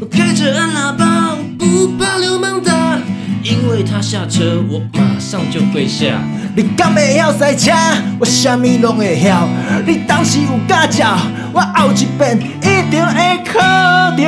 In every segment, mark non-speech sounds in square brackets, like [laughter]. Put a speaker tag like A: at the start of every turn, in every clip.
A: 我开车按喇叭，我不怕流氓打，因为他下车我马上就跪下。
B: 你敢会晓赛车？我啥物拢会晓。你当时有驾照，我后一遍一定会考到。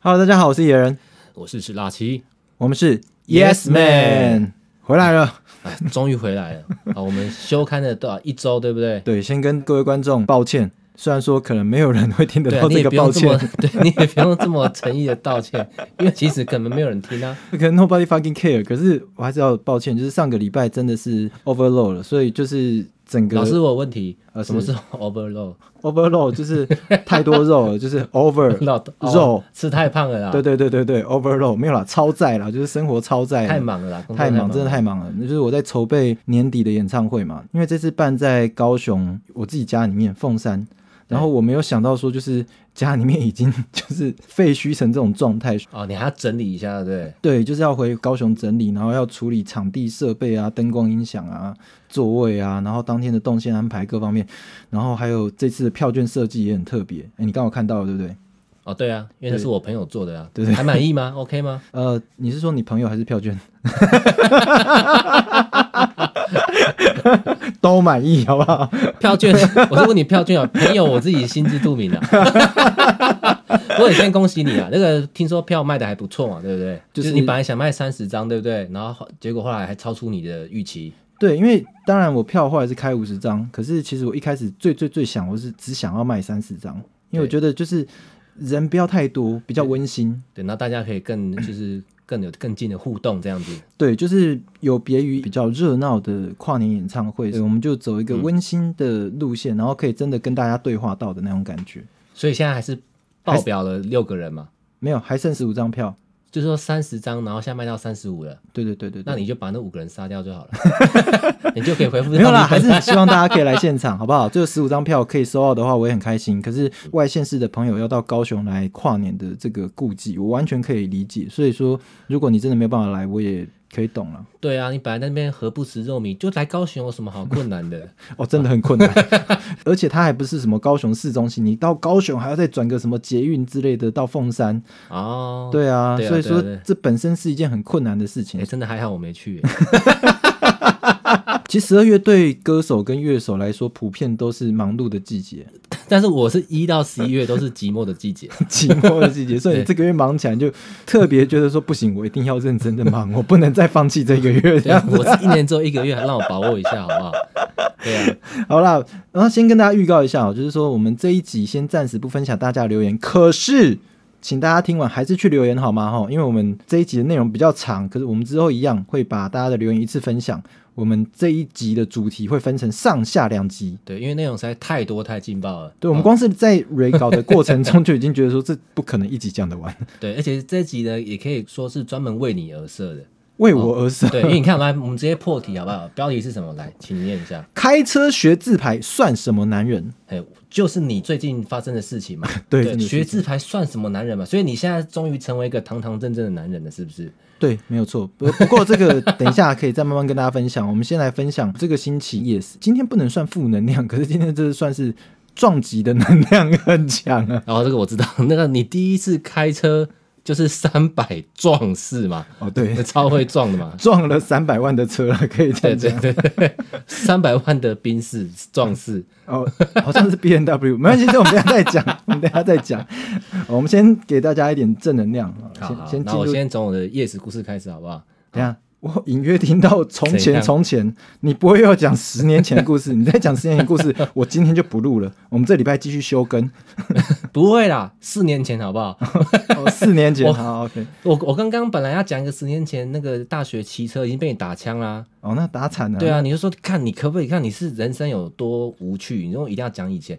B: Hello，大家好，我是野人，
A: 我是吃辣七，
B: 我们是
A: Yes Man
B: 回来了。
A: 哎 [laughs] 终于回来了。 [laughs] 好，我们休刊了多少一周，对不对？
B: 对，先跟各位观众抱歉，虽然说可能没有人会听得
A: 对啊
B: 到，
A: 你
B: 这
A: 也
B: 个
A: 不用
B: 抱
A: 这么 [laughs]
B: 歉，，
A: 对，你也不用这么诚意的道歉，因为其实根本没有人听
B: [laughs]
A: 啊。
B: 可能 nobody fucking care，可是我还是要抱歉，就是上个礼拜真的是 overload 了，所以就是整个
A: 老师，我有问题，
B: 呃
A: 什么
B: 是
A: 是
B: [laughs]
A: overload？
B: overload 就是太多肉
A: [laughs]
B: 了，就是 over
A: 老
B: 肉
A: 哦，吃太胖了啦，
B: 对对对对对，overload 没有啦，超载啦，就是生活超载啦，
A: 太忙了啦，工作
B: 太忙，
A: 了
B: 真的太忙了。那就是我在筹备年底的演唱会嘛，因为这次办在高雄我自己家里面凤山，然后我没有想到说就是家里面已经 [laughs] 就是废墟成这种状态，
A: 哦，你还要整理一下，对不对？
B: 对，就是要回高雄整理，然后要处理场地设备啊、灯光音响啊、座位啊，然后当天的动线安排各方面，然后还有这次的票券设计也很特别，哎，你刚好看到了对不对？
A: 哦，对啊，因为那
B: 对
A: 是我朋友做的啊，
B: 对对
A: 还满意吗？OK 吗？
B: 呃，你是说你朋友还是票券？ [laughs] 都满意，好不好？
A: 票券， [laughs] 我是问你票券啊，朋友我自己心知肚明的、啊。
B: [laughs]
A: 不过也先恭喜你啊，那个听说票卖的还不错嘛，对不对？就
B: 就
A: 是是你本来想卖三十张，对不对？然后后结果后来还超出你的预期，
B: 对，因为当然我票后来是开五十张，可是其实我一开始最最最想我是只想要卖三十张，因为我
A: 对
B: 觉得就是人不要太多，比较温馨。
A: 对，那大家可以
B: [coughs]
A: 更就是更有更近的互动这样子。
B: 对，就是有别于比较热闹的跨年演唱会，对我们就走一个温馨的路线，然后可以真的跟大家对话到的那种感觉。
A: 所以现在还是
B: 还
A: 爆
B: 是
A: 表了六个人嘛，
B: 没有，还剩十五张票。
A: 就是说三十张，然后现在卖到三十五了，
B: 对对对对对，
A: 那你就把那五个人杀掉就
B: [laughs]
A: 好了，你就可以回复到
B: 没有啦，
A: 你本
B: 还是希望大家可以来现场，好不好？这十五张票可以收到的话，我也很开心。可是外县市的朋友要到高雄来跨年的这个顾忌，我完全可以理解。所以说，如果你真的没有办法来，我也可以懂了。
A: 对啊，你本来在那边何不食肉糜，就来高雄有什么好困难
B: [laughs]
A: 的？
B: 哦，真的很困难，而且它还不是什么高雄市中心，你到高雄还要再转个什么捷运之类的到凤山，
A: 哦，
B: 对啊，
A: 对啊
B: 所以
A: 对啊
B: 说
A: 对啊
B: 这本身是一件很困难的事情
A: 哎、。真的还好我没去耶。哎 [laughs]
B: 其实十二月对歌手跟乐手来说，普遍都是忙碌的季
A: [laughs]
B: 节，
A: 但是我是一到十一月都是寂寞的季节，
B: 寂寞的
A: [laughs]
B: 季节，所以你这个月忙起来就特别觉得说不行，我一定要认真的忙，我 [laughs] 不能再放弃这个月这
A: 对
B: 样
A: 啊，。 [laughs] 我是一年只有一个月，让我把握一下好不好？对啊，
B: [laughs] 好啦，然后先跟大家预告一下哦，就是说我们这一集先暂时不分享大家的留言，可是请大家听完还是去留言好吗？哈，因为我们这一集的内容比较长，可是我们之后一样会把大家的留言一次分享。我们这一集的主题会分成上下两集。
A: 对，因为内容实在太多太劲爆了。
B: 对，我们
A: 哦、
B: 光是在 re 稿的过程中就已经觉得说这不可能一集讲得完， [laughs]
A: 对，而且这集呢也可以说是专门为你而设 [laughs] 的。
B: 为我而生。
A: 对，因为你看，来我们直接破题好不好？标题是什么？来，请念一下。
B: 开车学自排算什么男人？
A: 哎，就是你最近发生的事情 [laughs] 嘛。
B: 对真的是
A: 学自排算什么男人嘛？所以你现在终于成为一个堂堂正正的男人了，是不是？
B: 对，没有错。不不过这
A: [laughs]
B: 个等一下可以再慢慢跟大家分享。我们先来分享这个星期 yes，今天不能算负能量，可是今天这算是撞击的能量很强啊。
A: 哦然后这个我知道， [laughs] 那个你第一次开车就是三百壮士嘛，
B: 哦，对。
A: 那，超会撞的嘛
B: [laughs] 撞了三百万的车了，可以这
A: 对
B: 样
A: 对
B: 讲。
A: 对，对，三百万的宾士壮士，
B: 哦，好像是 B N W，没关系，这我们等一下再讲，我们等一下再讲、哦我们先给大家一点正能量啊，
A: 好好，
B: [laughs] 先先
A: 那
B: 进入。
A: 我
B: 等
A: 先从我的夜市故事开始好不好？
B: 一下，啊我隐约听到从
A: 怎
B: 前
A: 样
B: 从前，你不会又讲十年前的故事，你再讲十年前的故
A: [laughs]
B: 事，我今天就不录了。我们这礼拜继续休更。
A: 不会啦，四年前好不好？
B: 哦，四年
A: [laughs]
B: 前，
A: 我
B: 好，OK。
A: 我我刚刚本来要讲一个十年前那个大学骑车已经被你打枪啦，
B: 哦，那打惨了。
A: 对，啊，你就说看你可不可以看你是人生有多无趣，你说一定要讲以前。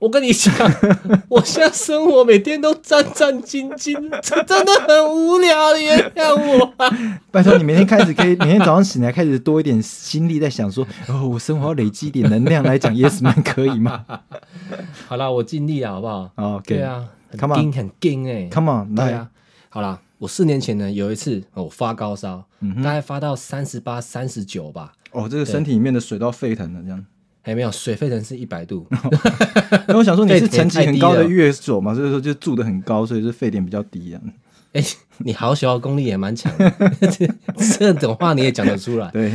A: 我跟你讲， [laughs] 我现在生活每天都战战兢兢，这真的很无聊，你原谅我 [laughs] 吧。
B: 拜托你明天开始可以，明天早上醒来开始多一点心力，在想说， [laughs] 哦，我生活要累积一点能量来
A: [laughs]
B: 讲 yes man 可以吗
A: 好啦，我尽力了，好不好？
B: 哦？OK，
A: 对啊，很
B: Come on
A: 硬很硬哎、
B: ，Come on，
A: 对
B: 来，
A: 啊，好啦，我四年前呢有一次哦我发高嗯烧，大概发到三十八、三十九吧。哎
B: 哦，这个身体里面的水都要沸腾了，这样。
A: 还没有水沸腾是一百度， [laughs]
B: 那我想说你是
A: 沸点
B: 层级
A: 太
B: 很
A: 低
B: 高的
A: 了
B: 乐手嘛，所以说就住的很高，所以是沸点比较低啊。
A: 哎、你好小功力也蛮强的， [laughs] 这种话你也讲得出来。
B: 对，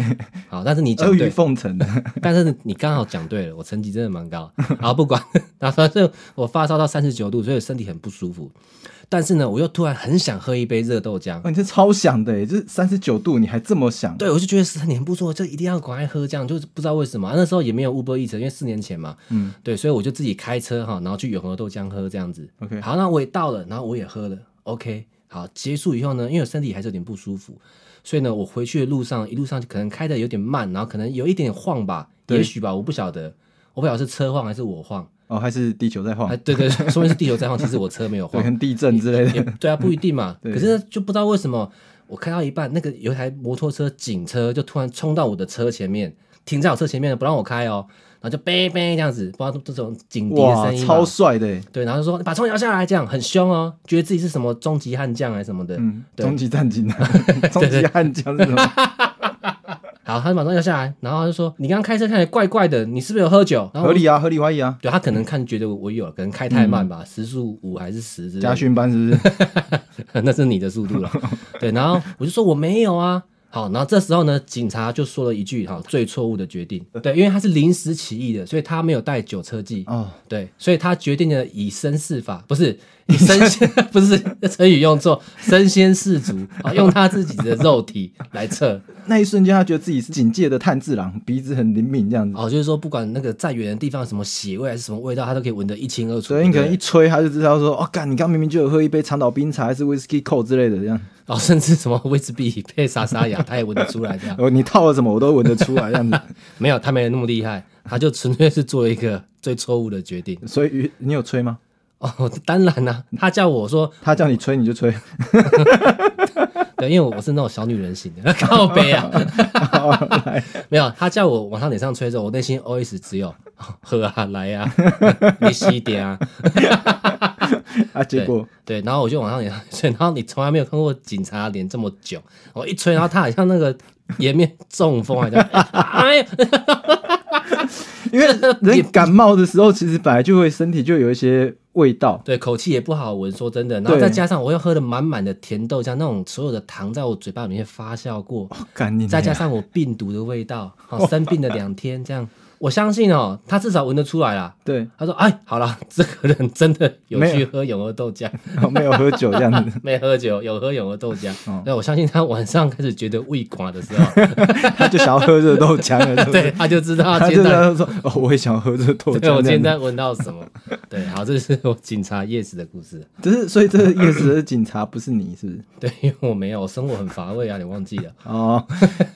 A: 好，但是你
B: 阿
A: 讲
B: 谀
A: 对，
B: 奉承的，
A: 但是你刚好讲对了，我成绩真的蛮 [laughs] 高。好，不管，然后反正我发烧到三十九度，所以身体很不舒服。但是呢，我又突然很想喝一杯热豆浆。
B: 哦，你这超想的耶，就是三十九度你还这么想，
A: 对，我就觉得四年不错，就一定要赶快喝这样，就是不知道为什么、啊那时候也没有 Uber Eats，因为四年前嘛，
B: 嗯，
A: 对，所以我就自己开车哈，然后去永和豆浆喝这样子。
B: OK
A: 好，那我也到了，然后我也喝了，OK，好，结束以后呢，因为我身体还是有点不舒服，所以呢，我回去的路上一路上可能开的有点慢，然后可能有一点晃吧，
B: 对
A: 也许吧，我不晓得，我不晓得是车晃还是我晃，
B: 哦，还是地球在晃
A: 啊，，对 [laughs] 对，说明是地球在晃，其实我车没有
B: 对，
A: 晃，
B: 跟地震之类的，
A: 也
B: [laughs]
A: 对啊，不一定嘛。
B: 对
A: 可是呢就不知道为什么，我开到一半，那个有一台摩托车警车就突然冲到我的车前面，停在我车前面，不让我开哦，然后就呗呗这样子，不知道这种警笛的
B: 哇
A: 声，音嘛啊
B: 超帅的耶，
A: 对，然后就说把窗摇下来，这样很凶哦，觉得自己是什么终极悍将啊还是什么的。
B: 嗯，
A: 对
B: 终极战警啊，终极悍将是什么？
A: 好，他就把窗摇下来，然后他就说你刚刚开车看起来怪怪的，你是不是有喝酒？然后
B: 合
A: 我
B: 理啊，合理怀疑啊，
A: 对他可能看觉得我有，可能开太慢
B: 嗯
A: 吧，时速五还是十之类的
B: 家训班是不是？
A: [laughs] 那是你的速
B: [laughs]
A: 度了。对，然后我就说我没有啊。好，然后这时候呢，警察就说了一句哈，最错误的决定。对，因为他是临时起意的，所以他没有带酒车剂。
B: 哦，
A: 对，所以他决定了以身试法，不是以身先， [laughs] 不是成语用错，身先士卒啊，用他自己的肉体来
B: [laughs]
A: 测。
B: 那一瞬间他觉得自己是警界的炭治郎，鼻子很灵敏这样子，
A: 哦，就是说不管那个再远的地方，什么血味还是什么味道，他都可以闻得一清二楚。
B: 所以你可
A: 对不
B: 能
A: 对
B: 一吹他就知道说，哦，干，你刚明明就有喝一杯长岛冰茶还是 whisky coke 之类的这样，
A: 哦，甚至什么 [laughs] 威士忌配沙沙雅，他也闻得出来这样。
B: 哦，你套了什么我都闻得出来这样子， [laughs]
A: 没有，他没有那么厉害，他就纯粹是做了一个 [laughs] 最错误的决定。
B: 所以你有吹吗？
A: 哦，当然啦、他叫我说，
B: 他叫你吹你就吹， [laughs]
A: 对，因为我是那种小女人型的， [laughs] 靠背啊，没有，他叫我往他脸上吹的时候，我内心 OS 只有哦喝啊，来啊， [laughs] 你吸一点啊，
B: 啊， [laughs] 结果
A: 对，然后我就往他脸上吹，然后你从来没有看过警察脸这么久，我一吹，然后他好像那个颜面中风还在， [laughs] 哎呀， [laughs]
B: 因为人感冒的时候，其实本来就会身体就有一些味道，
A: 对，口气也不好闻，说真的，然后
B: 对
A: 再加上我又喝的满满的甜豆浆，那种所有的糖在我嘴巴里面发酵过，
B: 干你娘
A: 再加上我病毒的味道，哦，生病了两天 [laughs] 这样，我相信哦，他至少闻得出来啦。
B: 对，
A: 他说：“哎，好了， [laughs] 这个人真的有
B: 没
A: 去
B: 有
A: 喝永和豆 [laughs] 浆，
B: 然哦后没有喝酒这
A: [laughs]，
B: 样子
A: 没喝酒，有喝永和豆浆。
B: 哦
A: 对，我相信他晚上开始觉得胃垮的时候，
B: 他就想要喝热豆浆了，是不是
A: [laughs] 对，，他就知道
B: 他
A: 今
B: 就
A: 天
B: 在说哦，我也想要喝热
A: 对我
B: 豆浆这
A: 今
B: 样子，
A: 天闻到什么。对，好，这是我警察夜市的故事。
B: 只是所以这个夜市的警察不是你，是不是？
A: 对，因为我没有，我生活很乏味啊，你忘记了？
B: 哦，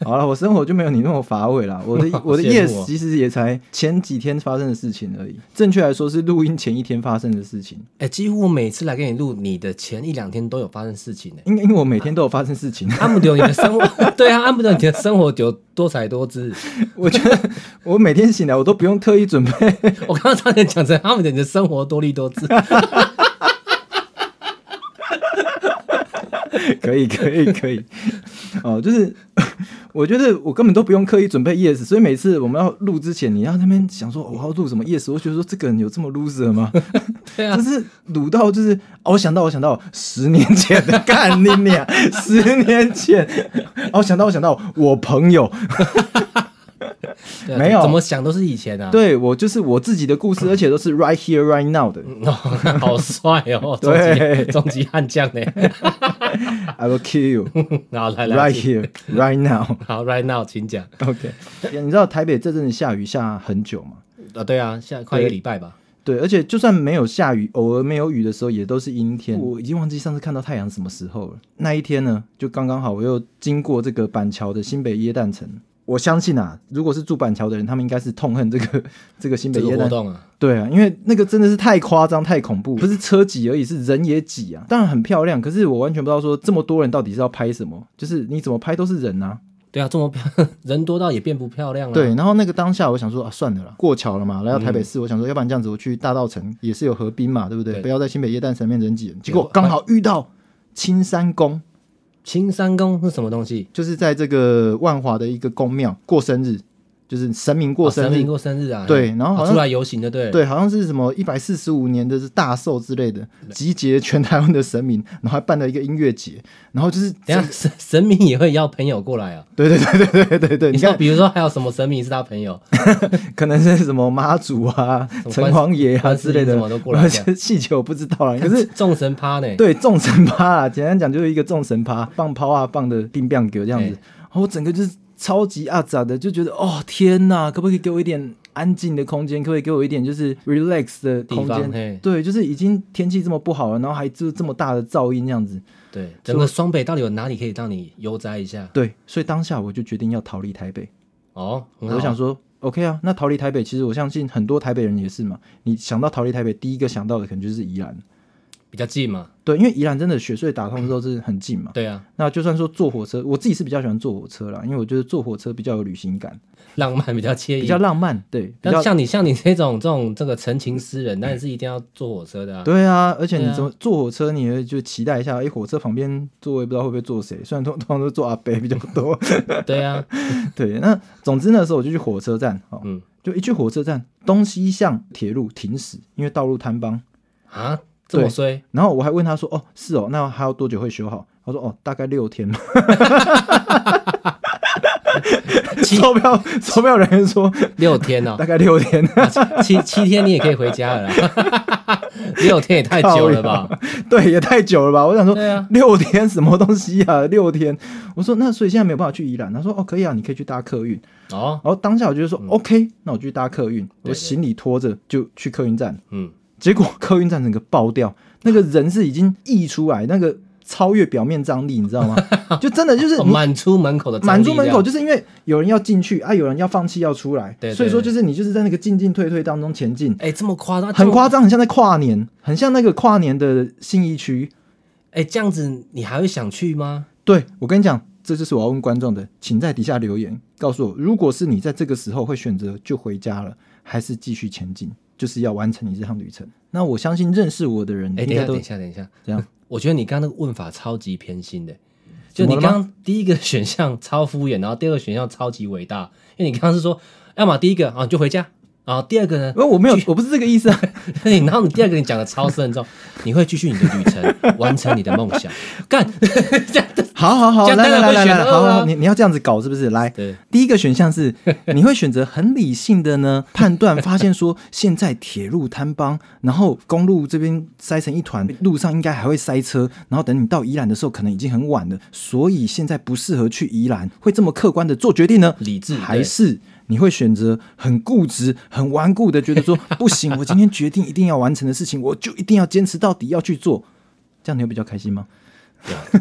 B: 好了，我生活就没有你那么乏味啦。我
A: [laughs]
B: 的我的
A: 羡慕
B: 夜
A: 哦
B: 其实也才前几天发生的事情而已，正确来说是录音前一天发生的事情。
A: [laughs] 哎，几乎我每次来给你录，你的前一两天都有发生事情呢。
B: 因因为我每天都有发生事情， [laughs]
A: 按不得你的生活， [laughs] 对啊，按不得你的生活有多才多姿。
B: 我觉得我每天醒来我都不用特意准备，
A: [laughs] 我刚刚差点讲成他们的你的生活多利多
B: [laughs]
A: 姿，
B: [laughs] 可以，可以，可以。哦，就是 [laughs] 我觉得我根本都不用刻意准备 yes，所以每次我们要录之前，你要那边想说、哦我要录什么 yes，我就觉得说这个人有这么 loser 吗？
A: [laughs] 对啊
B: 就，是鲁到就是哦，我想到我想到十年前的干你娘，十年前，哦，我想到我想到我朋友，
A: 对啊
B: 没有
A: 怎么想都是以前啊。
B: 对我就是我自己的故事，而且都是 right here right now 的。
A: [laughs] 嗯，哦好帅哦，终
B: 对
A: 极终极悍将
B: [laughs]
A: 呢。
B: I will
A: [laughs]
B: kill you
A: 好，来来
B: right
A: 请
B: here right now。 [laughs]
A: 好，right now，请讲。
B: OK，你知道台北这阵子下雨下很久吗？
A: 啊，对啊，下快一个礼拜吧。
B: 对，而且就算没有下雨，偶尔没有雨的时候，也都是阴天。我已经忘记上次看到太阳什么时候了。那一天呢，就刚刚好，我又经过这个板桥的新北耶诞城。我相信啊，如果是住板桥的人，他们应该是痛恨这个这个新北
A: 这
B: 耶
A: 个活
B: 诞。
A: 动啊，
B: 对啊，因为那个真的是太夸张、太恐怖，不是车挤而已，是人也挤啊。当然很漂亮，可是我完全不知道说这么多人到底是要拍什么，就是你怎么拍都是人啊。
A: 对啊，这么漂 [laughs] 人多到也变不漂亮啊了。
B: 对，然后那个当下我想说啊，算了啦，过桥了嘛，来到台北市，我想说，要不然这样子，我去大道城也是有河滨嘛，对不对？
A: 对
B: 不要在新北夜诞城面人挤人。结果刚好遇到青山宫，
A: 青山宫是什么东西？
B: 就是在这个万华的一个宫庙过生日，就是神明过生
A: 哦神
B: 日
A: 明，过生日啊，
B: 对然后好
A: 啊
B: 像
A: 出来游行的，对，
B: 对，好像是什么一百四十五年的是大寿之类的，集结全台湾的神明，然后还办了一个音乐节，然后就是
A: 等一下神神明也会邀朋友过来啊。
B: 对对对对对 [laughs] 对对，
A: 你
B: 你
A: 说，
B: 看
A: 比如说还有什么神明是他朋友？
B: 可能是什么妈祖啊、
A: 么
B: 城
A: 观
B: 隍爷啊
A: 观世
B: 之类
A: 音
B: 的，
A: 什么都过来这样
B: 细 [laughs] 节我不知道啦，可是
A: 众神趴呢？
B: 对众神趴啊，简单讲就是一个众神趴，放抛啊，放的冰棒球这样子，
A: 哎
B: 然后我整个就是超级阿杂的，就觉得哦天呐，可不可以给我一点安静的空间？可不可以给我一点就是 relax 的
A: 地
B: 空
A: 方
B: 间
A: 嘿？
B: 对，就是已经天气这么不好了，然后还就是这么大的噪音这样子，
A: 对，整个双北到底有哪里可以让你悠哉一下？
B: 对，所以当下我就决定要逃离台北。
A: 哦，很好
B: 我想说，OK 啊，那逃离台北，其实我相信很多台北人也是嘛。你想到逃离台北，第一个想到的可能就是宜兰，
A: 比较近嘛。
B: 对，因为宜兰真的雪隧打通之后是很近嘛。
A: 对啊，
B: 那就算说坐火车，我自己是比较喜欢坐火车啦，因为我觉得坐火车比较有旅行感，
A: 浪漫比较惬意，
B: 比较浪漫，对，比
A: [laughs]
B: 较
A: 但像你像你这种这种这个陈情诗人，那你是一定要坐火车的啊。
B: 对啊。而且
A: 对
B: 你
A: 啊
B: 怎么坐火车，你也就期待一下，哎、火车旁边座位不知道会不会
A: [laughs]
B: 坐谁，虽然通通常都坐阿北比较多， [laughs]
A: 对啊，
B: 对。那总之那时候我就去火车站，哦，
A: 嗯
B: 就一去火车站，东西向铁路停驶，因为道路坍方，
A: 啊，这么
B: 对
A: 衰，
B: 然后我还问他说：“哦，是哦，那还要多久会修好？”他说：“哦，大概六
A: [laughs]
B: 天。” [laughs] 售票售票人员说
A: 六天：“哦
B: 大，概六天。
A: 七七天你也可以回家了啦， [laughs] 六天也太久了吧？”
B: 对，也太久了吧？我想说，
A: 对啊，
B: 六天什么东西啊？六天。我说：“那所以现在没有办法去宜兰。”他说：“哦，可以啊，你可以去搭客运。”
A: 哦，
B: 然后当下我就说、o k 那我就去搭客运。”
A: 对
B: 我行李拖着就去客运站，
A: 嗯，
B: 结果 [laughs] 客运站整个爆掉，那个人是已经溢出来，那个超越表面张力，你知道吗？就真的就是
A: [laughs] 哦
B: 你
A: 满出门口的张力
B: 满足门口，
A: 这样
B: 就是因为有人要进去啊，有人要放弃要出来，
A: 对对
B: 所以说就是你就是在那个进进退退当中前进，
A: 哎这么夸张，
B: 很
A: 这么
B: 夸张，很像在跨年，很像那个跨年的信义区。
A: 哎这样子你还会想去吗？
B: 对我跟你讲，这就是我要问观众的，请在底下留言告诉我，如果是你在这个时候会选择就回家了，还是继续前进，就是要完成你这趟旅程。那我相信认识我的人
A: 哎
B: 应
A: 等一
B: 该
A: 下
B: 都
A: 等一下等一下，
B: 这样。
A: 我觉得你刚刚那个问法超级偏心的，就
B: 怎
A: 你
B: 么
A: 刚
B: 了吗
A: 刚第一个选项超敷衍，然后第二个选项超级伟大，因为你刚刚是说，要么第一个啊你就回家，啊第二个呢 [laughs]
B: 因，为我没有，我不是这个意思啊！
A: 对，然后你第二个你讲的超慎重，你会继续你的旅程，完成你的梦想，干 [laughs] 这样的
B: 好好好，
A: 这
B: 来
A: 样当然
B: 来来
A: 会
B: 来
A: 选
B: 来，
A: 二
B: 好好
A: 啊
B: 好，你你要这样子搞是不是？来，
A: 对，
B: 第一个选项是， [laughs] 你会选择很理性的呢判断，发现说现在铁路坍帮，然后公路这边塞成一团，路上应该还会塞车，然后等你到宜兰的时候，可能已经很晚了，所以现在不适合去宜兰，会这么客观的做决定呢？
A: 理智对
B: 还是你会选择很固执、很顽固的觉得
A: [laughs]
B: 说不行，我今天决定一定要完成的事情，我就一定要坚持到底要去做，这样你会比较开
A: [laughs]
B: 心吗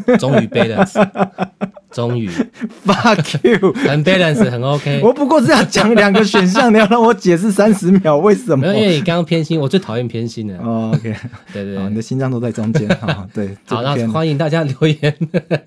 A: 对终于 balance，终于
B: ？Fuck you！
A: 很 balance，很 OK。
B: 我不过是要讲两个选项，你要让我解释三十秒为什么
A: 没有，因为你刚刚偏心，我最讨厌偏心的。
B: 哦，OK，
A: 对对
B: 好，你
A: 对，
B: 的心脏都在中间，
A: [laughs]
B: 好，对，
A: 好，
B: 这
A: 那
B: 篇
A: 欢迎大家留言， [laughs]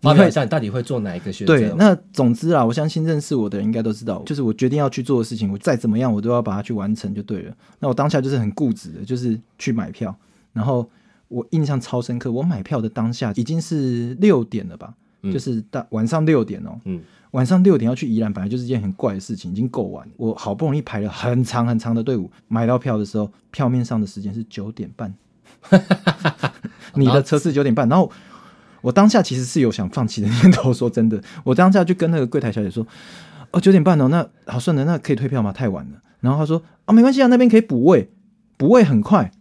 A: 发表一下你到底会做哪一个选择。
B: 对，那总之啊，我相信认识我的人应该都知道，就是我决定要去做的事情，我再怎么样我都要把它去完成就对了。那我当下就是很固执的，就是去买票，然后我印象超深刻，我买票的当下已经是六点了吧，
A: 嗯
B: 就是大晚上六点哦，
A: 嗯，
B: 晚上六点要去宜兰，本来就是一件很怪的事情，已经够晚了。我好不容易排了很长很长的队伍，买到票的时候，票面上的时间是九点半， [laughs] 你的车是九点半，然后。我当下其实是有想放弃的念头，说真的，我当下就跟那个柜台小姐说：“哦，九点半哦，那好算了，那可以退票吗？太晚了。”然后她说：“啊，没关系啊，那边可以补位，补位很快。”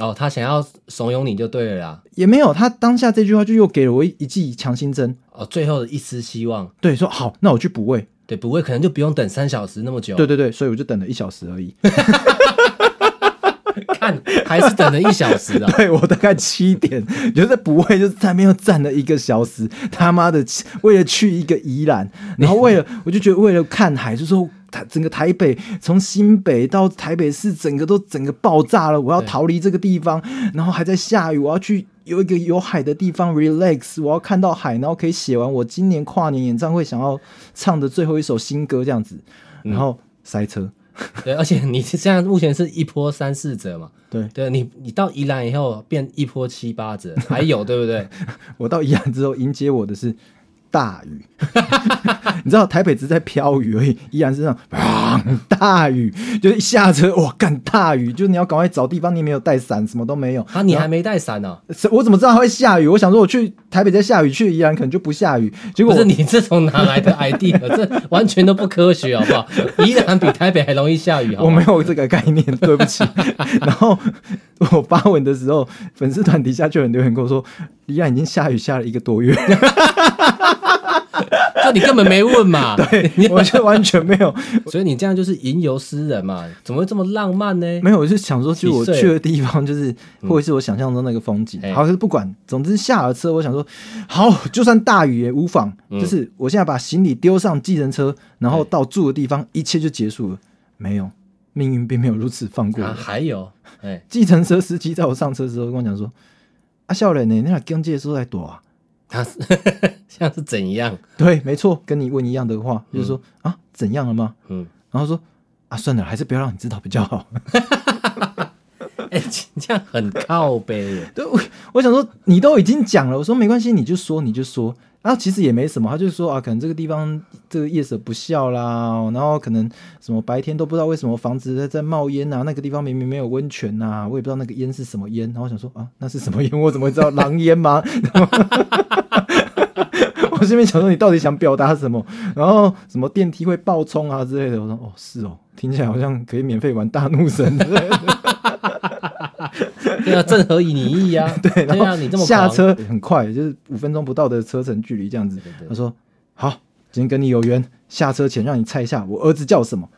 A: 哦，他想要怂恿你就对了啦。
B: 也没有，她当下这句话就又给了我一一剂强心针，
A: 哦，最后的一丝希望，
B: 对，说好，那我去补位。
A: 对，不会可能就不用等三小时那么久。
B: 对，对对，所以我就等了一小时而已。
A: [laughs] 看还是等了一小时啊。
B: 对我大概七点，就是不会，就是在那边又站了一个小时，他妈的，为了去一个宜兰，然后为了我就觉得为了看海，就说台整个台北从新北到台北市，整个都整个爆炸了，我要
A: 对
B: 逃离这个地方，然后还在下雨，我要去。有一个有海的地方 relax，我要看到海，然后可以写完我今年跨年演唱会想要唱的最后一首新歌这样子，然后塞车，
A: 对，而且你这样目前是一波三四折嘛，
B: 对
A: 对你，你到宜兰以后变一波七八折，还有对不对？
B: 我到宜兰之后，迎接我的是大雨， [laughs] 你知道台北只是在飘雨而已，依然是那种砰大雨，就是一下车哇干大雨，就是你要赶快找地方，你没有带伞，什么都没有。
A: 啊，你还没带伞呢、
B: 是我怎么知道它会下雨？我想说我去台北在下雨，去宜兰可能就不下雨。结
A: 不
B: 果
A: 是
B: 我
A: 你这从哪来的 idea？这完全都不科学，好不好？宜兰比台北还容易下雨，好
B: 我
A: 不好
B: 没有这个概念，对不
A: [laughs]
B: 起。然后我发文的时候，粉丝团底下就有人留言跟我说，宜兰已经下雨下了一个多月，
A: 就你根本没问嘛。对， [laughs] 你
B: 我就完全没有
A: 所以你这样就是吟游诗人嘛？怎么会这么浪漫呢？
B: 没有，我是想说，就我
A: 几岁嗯
B: 去的地方，就是或者是我想象中那个风景
A: 哎，
B: 好，可是不管，总之下了车，我想说，好，就算大雨也无妨，
A: 嗯
B: 就是我现在把行李丢上计程车，然
A: 哎
B: 后到住的地方，一切就结束了。没有，命运并没有如此放过
A: 啊，
B: 我。
A: 还有，哎，
B: 计程车司机在我上车的时候跟我讲说：“啊，笑脸呢？你俩刚借的时候在躲啊？” [laughs]
A: 他是 [laughs] 像是怎样？
B: 对，没错，跟你问一样的话，就是说啊，怎样了吗？
A: 嗯，
B: 然后说啊，算了，还是不要让你知道比较好。
A: 哎，这样很靠背耶。
B: 对，我我想说你都已经讲了，我说没关系，你就说你就说。然后其实也没什么，他就说啊，可能这个地方这个夜色不笑啦，然后可能什么白天都不知道为什么房子在在冒烟啊，那个地方明明没有温泉呐、我也不知道那个烟是什么烟。然后我想说啊，那是什么烟？我怎么会知道狼烟吗？ [laughs] 我这边想说你到底想表达什么？然后什么电梯会爆冲啊之类的。我说哦，是哦，听起来好像可以免费玩大怒神。
A: 对啊，正合以你意
B: [laughs]
A: 啊。对
B: 然后
A: 啊，你这么
B: 下
A: 狂，
B: 车很快，就是五分钟不到的车程距离这样子。
A: 对对
B: 他说：“好，今天跟你有缘，下车前让你猜一下我儿子叫什么。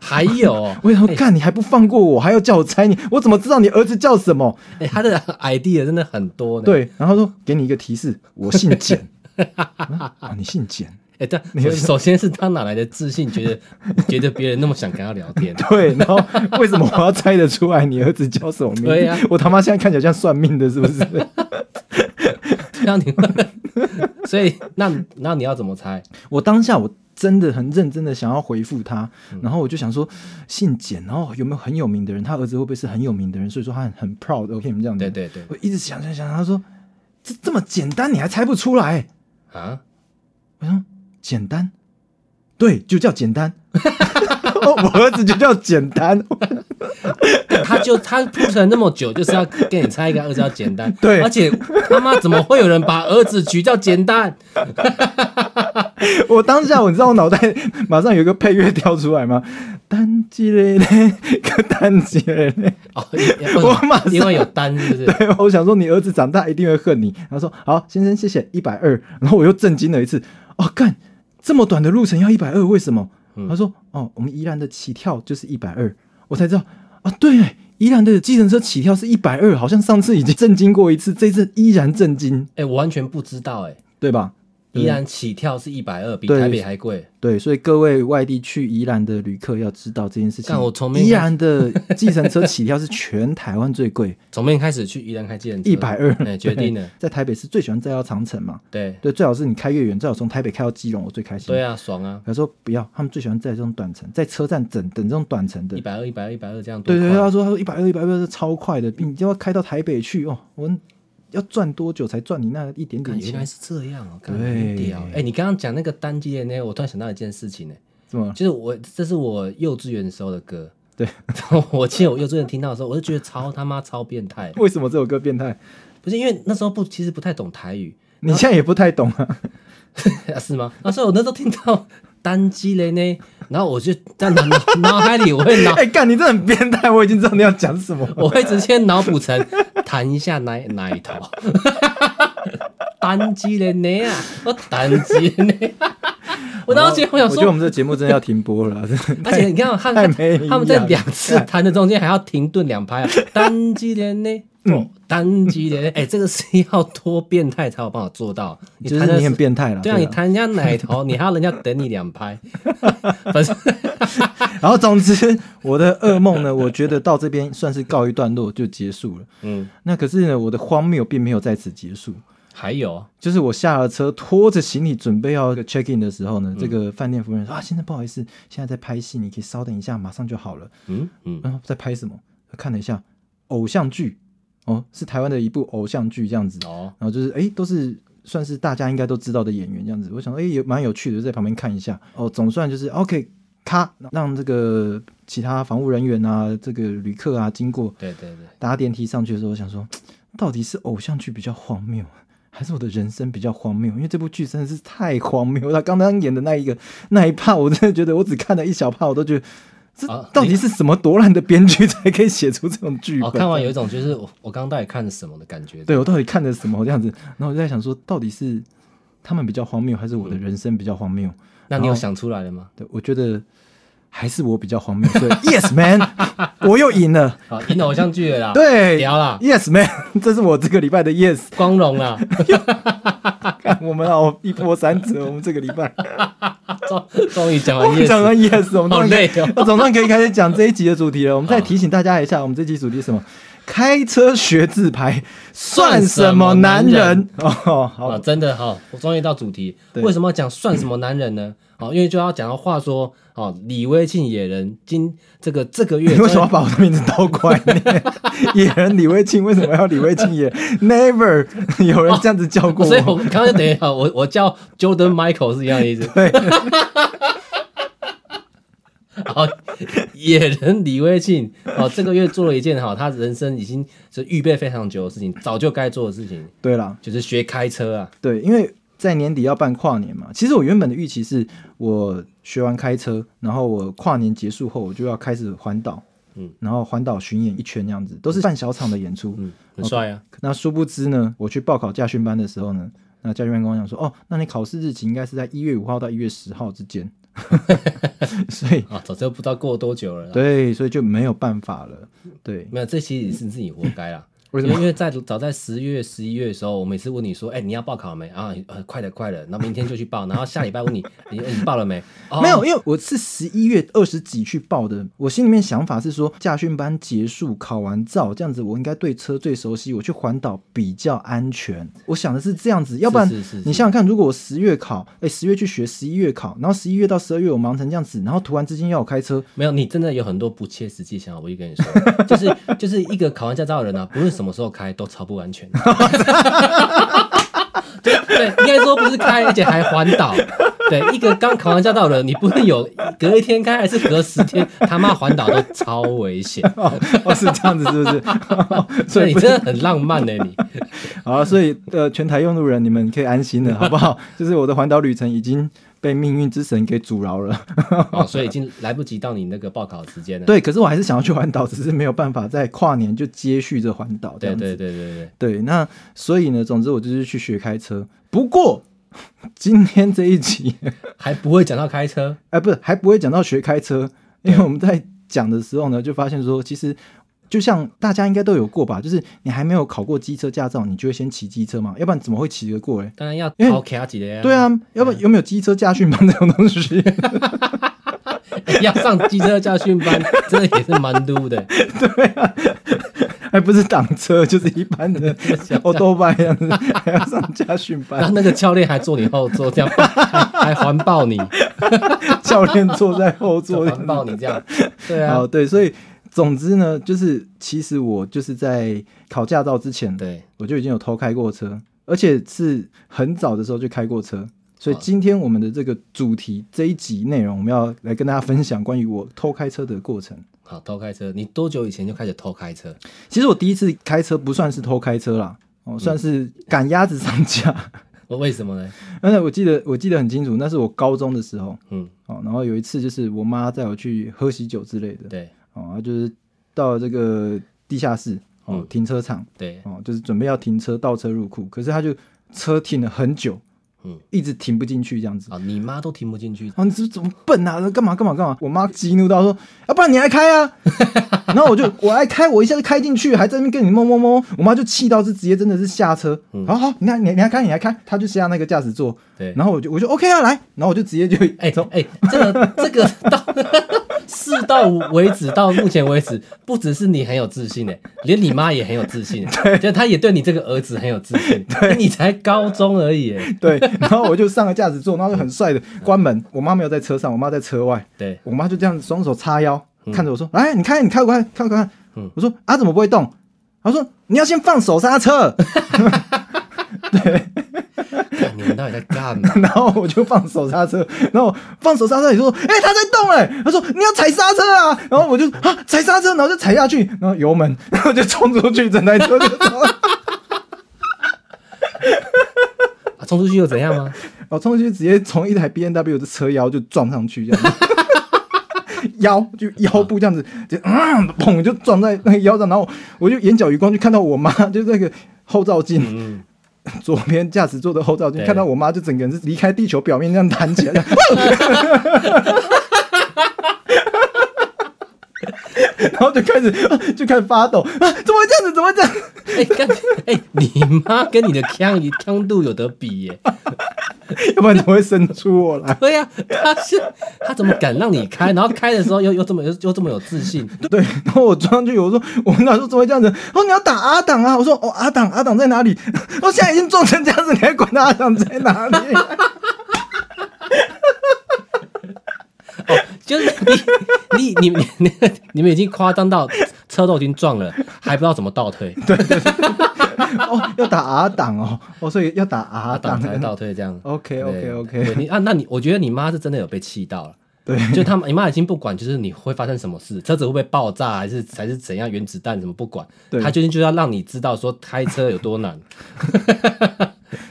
A: 还有哦，”
B: 我想说，干、你还不放过我，还要叫我猜你，我怎么知道你儿子叫
A: [laughs]
B: 什么？
A: 哎，他的 idea 真的很多呢。，
B: 对，然后说给你一个提示，我姓
A: [laughs]
B: 简。啊，你姓简。
A: 哎，但首首先是他哪来的自信，觉得 [laughs] 觉得别人那么想跟他聊天？
B: 对，然后为什么我要猜得出来你儿子叫什么名字？
A: 对呀
B: 我他妈现在看起来像算命的，是不是？
A: 这样你们， [laughs] 所以那那你要怎么猜？
B: 我当下我真的很认真的想要回复他，然后我就想说，姓简，然后有没有很有名的人？他儿子会不会是很有名的人？所以说他很很 proud。我跟你们这样
A: 对
B: 讲，
A: 对对，
B: 我一直想想想，他说这这么简单，你还猜不出来？
A: 啊，
B: 我说简单，对，就叫简单。 [laughs] 哦我儿子就叫简单， [laughs]
A: 他就他铺陈那么久，就是要跟你猜一个儿子要简单。
B: 对
A: 而且他妈怎么会有人把儿子取叫简单？
B: 我当下我知道我脑袋马上有一个配乐跳出来吗？ [laughs] 单机嘞 [laughs] 嘞，个单机嘞嘞。
A: 哦，因为
B: 我马上
A: 因为有单是不是？
B: [laughs] 对，我想说你儿子长大一定会恨你。然后说好，先生谢谢一百二。然后我又震惊了一次，哦，干这么短的路程要一百二，为什么？
A: 嗯
B: 他说哦，我们宜兰的起跳就是一百二，我才知道啊，对耶，宜兰的计程车起跳是一百二，好像上次已经震惊过一次，这次依然震惊，
A: 哎、我完全不知道哎、
B: 对吧？
A: 宜兰起跳是一百二，比
B: 嗯对
A: 台北还贵。
B: 对，所以各位外地去宜兰的旅客要知道这件事情。
A: 干我从没
B: 宜兰的计程车起跳是全台湾
A: [laughs]
B: 最贵，
A: 从面开始去宜兰开计程车，
B: 一百二
A: 哎，决定了。
B: [laughs] 在台北是最喜欢再到长城嘛。
A: 对
B: 对，最好是你开越远，最好从台北开到基隆，我最开心。
A: 对
B: 啊，
A: 啊，爽啊，
B: 他说不要，他们最喜欢在这种短程，在车站等等这种短程的
A: 一。百二，一百二，一百二，这样多
B: 对对，
A: 快
B: 对他说他说一百二一百二是超快的，你就要开到台北去哦，我们要赚多久才赚你那一点
A: 干
B: 点
A: 原来
B: 钱？
A: 是这样哦，干
B: 对
A: 很屌！哎、你刚刚讲那个单机的那个，我突然想到一件事情呢、
B: 是吗？
A: 就是我这是我幼稚园时候的歌，
B: 对，
A: 我记得我幼稚园听到的时候，我就觉得超他妈超变态，
B: 为什么这首歌变
A: 啊
B: 态？
A: 不是因为那时候不其实不太懂台语，
B: 你现在也不太懂 [laughs] 啊。
A: 啊是吗？那时候我那时候听到 [laughs] 单机嘞呢，然后我就 [laughs] 在脑脑海里我会脑
B: [laughs]
A: [laughs]
B: 哎，干，你这很变态，我已经知道你要讲什么。
A: 我会直接脑补成弹一下奶奶头， [laughs] 单机嘞呢啊，我单机嘞
B: [laughs]
A: 呢啊，我当时我想
B: 我觉得我
A: 说。
B: 们这节目真的要停播了啊，真
A: [laughs]
B: 的
A: 而且你看，哦他们
B: 太没营养
A: 他们在两次弹的中间还要停顿两拍
B: [laughs]
A: 啊，单机连呢，
B: 嗯
A: 哦，单机连呢，哎，这个是要多变态才有办法做到。你
B: 就
A: 弹
B: 是
A: 的
B: 你很变态了。
A: 对啊，你弹人家奶头，你还要人家等你两拍， [laughs] 反正
B: 然后总之，我的噩梦呢，我觉得到这边算是告一段落就结束了。
A: 嗯，
B: 那可是呢，我的荒谬并没有在此结束。
A: 还有
B: 就是我下了车，拖着行李准备要 check in 的时候呢，这个饭店服务员说啊，先生不好意思，现在在拍戏，你可以稍等一下，马上就好了。
A: 嗯嗯，
B: 然后在拍什么？看了一下偶像剧，哦，是台湾的一部偶像剧这样子。
A: 哦，
B: 然后就是哎，诶都是算是大家应该都知道的演员这样子。我想，哎、也蛮有趣的，就在旁边看一下。哦，总算就是 OK，咔，让这个其他防务人员啊，这个旅客啊经过
A: 对对对，
B: 搭电梯上去的时候，我想说，到底是偶像剧比较荒谬，还是我的人生比较荒谬？因为这部剧真的是太荒谬。他刚刚演的那一个那一趴，我真的觉得我只看了一小趴，我都觉得这
A: 啊
B: 到底是什么多烂的编剧才可以写出这种剧本？
A: 哦，看完有一种就是我我刚刚到底看了什么的感觉。
B: 对我到底看了什么这样子？然后我就在想说，到底是他们比较荒谬，还是我的人生比较荒谬？
A: 那你
B: 然
A: 有
B: 后
A: 想出来了吗？
B: 对我觉得。还是我比较荒谬，所以 [laughs] yes man，我又赢了。
A: 好，赢了偶像剧了啦，
B: 对
A: 屌啦，
B: ，yes man，这是我这个礼拜的 yes。
A: 光荣啦， [laughs]
B: 看我们好一波三折，我们这
A: [laughs]
B: 个礼拜
A: 终终于讲
B: 我
A: 完
B: 们
A: 哦 yes，
B: 讲到 yes，我们
A: 好
B: 终于
A: 累哦。
B: 我总算可以开始讲这一集的主题了。我们再提醒大家一下，我们这集主题是什么？开车学自拍算什么男人？哦，
A: 啊，
B: 好，
A: 真的哈、我终于到主题，
B: 对
A: 为什么要讲算什么男人呢？哦，因为就要讲到话说，哦，李威庆野人今这个这个月
B: [laughs] 你为什么要把我的名字倒过来念？ [laughs] 野人李卫庆为什么要李卫庆野？Never 有人这样子叫
A: [laughs]
B: 过
A: 所以我
B: 我。
A: 刚刚就等于啊，我我叫 Jordan Michael 是一样的意思。
B: 对，
A: [laughs] 好，野人李威庆哦，这个月做了一件哈，他人生已经是预备非常久的事情，早就该做的事情，
B: 对啦，
A: 就是学开车啊。
B: 对，因为在年底要办跨年嘛。其实我原本的预期是我学完开车，然后我跨年结束后我就要开始环岛，
A: 嗯，
B: 然后环岛巡演一圈这样子，都是办小场的演出。
A: 嗯，很帅啊。
B: 那殊不知呢，我去报考驾训班的时候呢，那驾训班跟我讲说，哦，那你考试日期应该是在一月五号到一月十号之间， [laughs] 所以
A: 啊，早就不知道过多久了啦。
B: 对，所以就没有办法了。对，
A: 没有，这其实也是自己活该啦。
B: 为什
A: 因为因为在早在十月、十一月的时候，我每次问你说：“哎、你要报考没？”啊，呃快了，快了，然后明天就去报，然后下礼拜问你：“你、你报了没？”哦、
B: 没有，因为我是十一月二十几去报的，我心里面想法是说，驾训班结束考完照，这样子我应该对车最熟悉，我去环岛比较安全。我想的是这样子，要不然
A: 是是
B: 你想想看，如果我十月考，哎，十月去学，十一月考，然后十一月到十二月我忙成这样子，然后突然之间要我开车，
A: 没有，你真的有很多不切实际想法。我就跟你
B: [laughs]
A: 说，就是就是一个考完驾照的人啊，不论什么时候开都超不安
B: [laughs]
A: 全。对对，应该说不是开，而且还环岛。对，一个刚考完驾照的人，你不论有隔一天开还是隔十
B: [laughs]
A: 天，他妈环岛都超危险。
B: 哦， [laughs] 哦是这样子是不是？
A: 所
B: [laughs] 所
A: 以
B: 以
A: 你
B: 不
A: 真的很浪漫呢、
B: [laughs]
A: 你。
B: 好啊，所以呃，全台用路人你们可以安心了，好不好？就是我的环岛旅程已经被命运之神给阻挠了。
A: 哦，所以已经来不及到你那个报考时间了。
B: 对，可是我还是想要去环岛，只是没有办法在跨年就接续这环岛这
A: 对
B: 样子。
A: 对对对对，
B: 对那所以呢，总之我就是去学开车。不过今天这一集， [laughs]
A: 还不会讲到开车，
B: 哎、不是还不会讲到学开车，因为我们在讲的时候呢，就发现说，其实就像大家应该都有过吧，就是你还没有考过机车驾照，你就会先骑机车嘛，要不然怎么会骑得过嘞？
A: 当然要
B: 因为
A: 考卡几的呀。
B: 对，啊，要不然有没有机车驾训班这种东西？
A: [laughs] 要上机车教训班，真的也是蛮撸的。
B: [laughs] 还不是挡车，就是一般 [laughs] 的欧多拜这样子，还要上驾训班 [laughs]
A: 然。后那个教练还坐你后座，这样还还环抱你，
B: [laughs] 教练坐在后座。
A: 环抱你这样。 [laughs] 对啊
B: 好，，对，所以总之呢，就是其实我就是在考驾照之前，
A: 对，
B: 我就已经有偷开过车，而且是很早的时候就开过车。所以今天我们的这个主题这一集内容，我们要来跟大家分享关于我偷开车的过程。
A: 好偷开车，你多久以前就开始偷开车？
B: 其实我第一次开车不算是偷开车啦，哦，算是赶鸭子上架。 [laughs]
A: 我为什么呢？
B: 但是我记得我记得很清楚，那是我高中的时候
A: 嗯，
B: 哦，然后有一次就是我妈带我去喝喜酒之类的，
A: 对
B: 哦，她就是到这个地下室哦
A: 嗯
B: 停车场
A: 对，
B: 哦，就是准备要停车倒车入库，可是她就车停了很久，
A: 嗯，
B: 一直停不进去这样子。
A: 啊，你妈都听不进去。
B: 啊！你这怎么笨啊？干嘛干嘛干嘛？我妈激怒到说：“啊，不然你来开啊！”然后我就我来开，我一下就开进去，还在那边跟你摸摸摸。我妈就气到是直接真的是下车。好好，你来你来你来开你来开，她就下那个驾驶座，
A: 嗯对，
B: 然后我就我就 OK 啊，来，然后我就直接就
A: 哎哎，这个这个到事到为止，到目前为止，不只是你很有自信哎，连你妈也很有自信哎，就她也对你这个儿子很有自信。你才高中而已哎，
B: 对，然后我就上了驾驶座，然后就很帅的关门。我妈没有在车上，我妈在车外，
A: 对，
B: 我妈就这样双手叉腰看着我说：“来，你开，你开快，开快看。
A: 嗯
B: 我说：“啊，怎么不会动？”她说：“你要先放手刹车。”
A: 看你们到底在干嘛？
B: [laughs] 然后我就放手刹车，然后放手刹车，你说，哎、它在动哎、他说你要踩刹车啊，然后我就啊踩刹车，然后就踩下去，然后油门，然后就冲出去，整台车就 [laughs] 走了
A: 啊冲出去又怎样吗？
B: 我哦冲出去直接从一台 B N W 的车腰就撞上去，这样子。 [laughs] 腰就腰部这样子，就嗯，砰就撞在那个腰上，然后我就眼角余光就看到我妈，就那个后照镜，
A: 嗯，
B: 左边驾驶座的后照镜，
A: 对
B: 看到我妈就整个人是离开地球表面这样弹起来，然后就开始啊就开始 [laughs] 发抖啊，怎么会这样子？怎么会这样？
A: 哎、干哎、你妈跟你的腔你腔度有得比耶、
B: 要不然怎么会生出我来？
A: 对呀、他是他怎么敢让你开？然后开的时候又又这么又又这么有自信？
B: 对，然后我撞上去，我说我那时候怎么会这样子？哦，你要打阿党啊？我说哦，阿党阿党在哪里？我现在已经撞成这样子，你还管他阿党在哪里？ [laughs]
A: 哦，就是你你你你你们已经夸张到车都已经撞了，还不知道怎么倒退，
B: 哦，要打阿党哦，哦，所以要打阿
A: 啊，倒
B: 党。
A: 才倒退这样。
B: OK
A: 对
B: OK
A: 对
B: OK，
A: 你啊，那你我觉得你妈是真的有被气到了。
B: 对，
A: 就他们，你妈已经不管，就是你会发生什么事，车子会不会爆炸，还是还是怎样，原子弹什么不管，
B: 对
A: 她决定就要让你知道说开车有多难。